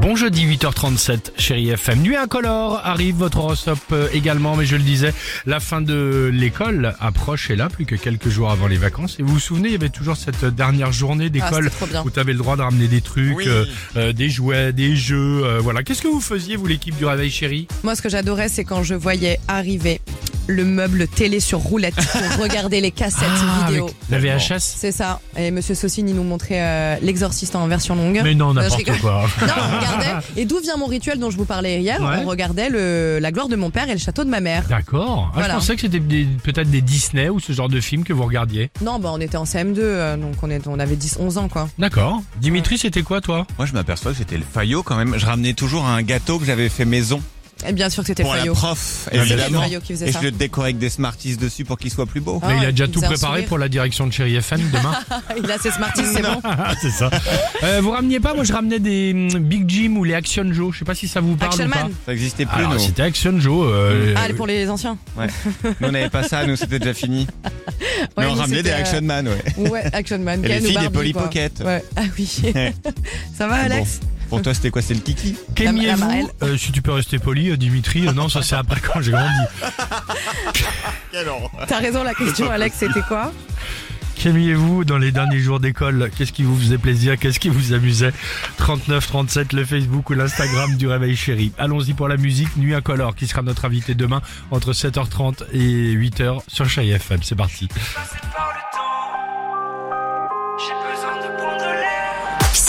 Bon jeudi 8h37, chérie FM. Nuit incolore arrive, votre horoscope euh, également, mais je le disais, la fin de l'école approche et là, plus que quelques jours avant les vacances. Et vous vous souvenez, il y avait toujours cette dernière journée d'école Ah, c'était trop bien. où tu avais le droit de ramener des trucs, Oui. euh, euh, des jouets, des jeux, euh, voilà. Qu'est-ce que vous faisiez, vous, l'équipe du Réveil Chéri Moi, ce que j'adorais, c'est quand je voyais arriver le meuble télé sur roulette pour regarder les cassettes Ah, vidéo. Ah, avec la VHS C'est ça. Et Monsieur Saucine, il nous montrait euh, l'exorciste en version longue. Mais non, je n'importe rigole. quoi. Non, on regardait. Et d'où vient mon rituel dont je vous parlais hier Ouais. On regardait le, La gloire de mon père et le château de ma mère. D'accord. Ah, Je Voilà. pensais que c'était des- peut-être des Disney ou ce genre de films que vous regardiez. Non, bah on était en CM2, euh, donc on, est, on avait 10, 11 ans, quoi. D'accord. Dimitri, c'était quoi, toi Moi, je m'aperçois que c'était le faillot quand même. Je ramenais toujours un gâteau que j'avais fait maison Et bien sûr que c'était pour Fayot. la Ah, prof, bien sûr. évidemment. Fayot qui faisait Et ça. je le décorais avec des Smarties dessus pour qu'il soit plus beau. Ah, Mais il a déjà il tout faisait un préparé sourire. pour la direction de Chéri FM demain. Il a ses Smarties, c'est bon. Ah, c'est ça. Euh, vous rameniez pas Moi, je ramenais des mm, Big Jim ou les Action Joe. Je sais pas si ça vous parle Action ou pas. Man. Ça n'existait plus, Ah, Alors, nous. c'était Action Joe. euh, Ah, pour les anciens. Nous, on n'avait pas ça, nous, c'était déjà fini. Mais Ouais, on nous, ramenait c'était, des euh, Action Man, ouais. Ouais, Action Man. Et Ken les ou filles, des Barbie, Polly quoi. Pocket. Ouais. Ah oui. ça va, Alex Bon, pour toi, c'était quoi C'était le kiki La- la Qu'aimiez-vous Marelle. Euh, Si tu peux rester poli, euh, Dimitri. euh, non, ça c'est après quand j'ai grandi. T'as raison, la question, Alex, c'était quoi Qu'aimiez-vous dans les derniers jours d'école Qu'est-ce qui vous faisait plaisir Qu'est-ce qui vous amusait 39, 37, le Facebook ou l'Instagram du Réveil Chéri. Allons-y pour la musique. Nuit Incolore qui sera notre invité demain entre 7h30 et 8h sur Chéri FM. C'est parti. Passé par le temps, j'ai besoin de prendre l'air.